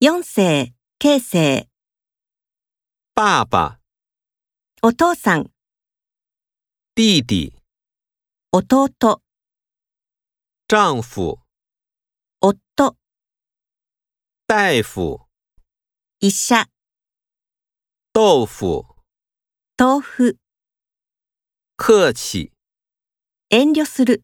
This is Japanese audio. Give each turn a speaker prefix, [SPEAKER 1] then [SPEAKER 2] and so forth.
[SPEAKER 1] 四世、形成、
[SPEAKER 2] 爸爸、
[SPEAKER 1] お父さん、
[SPEAKER 2] 弟弟、
[SPEAKER 1] 弟、
[SPEAKER 2] 丈夫、
[SPEAKER 1] 夫、
[SPEAKER 2] 大夫、
[SPEAKER 1] 医者、
[SPEAKER 2] 豆腐、
[SPEAKER 1] 豆腐、
[SPEAKER 2] 客气。
[SPEAKER 1] 遠慮する。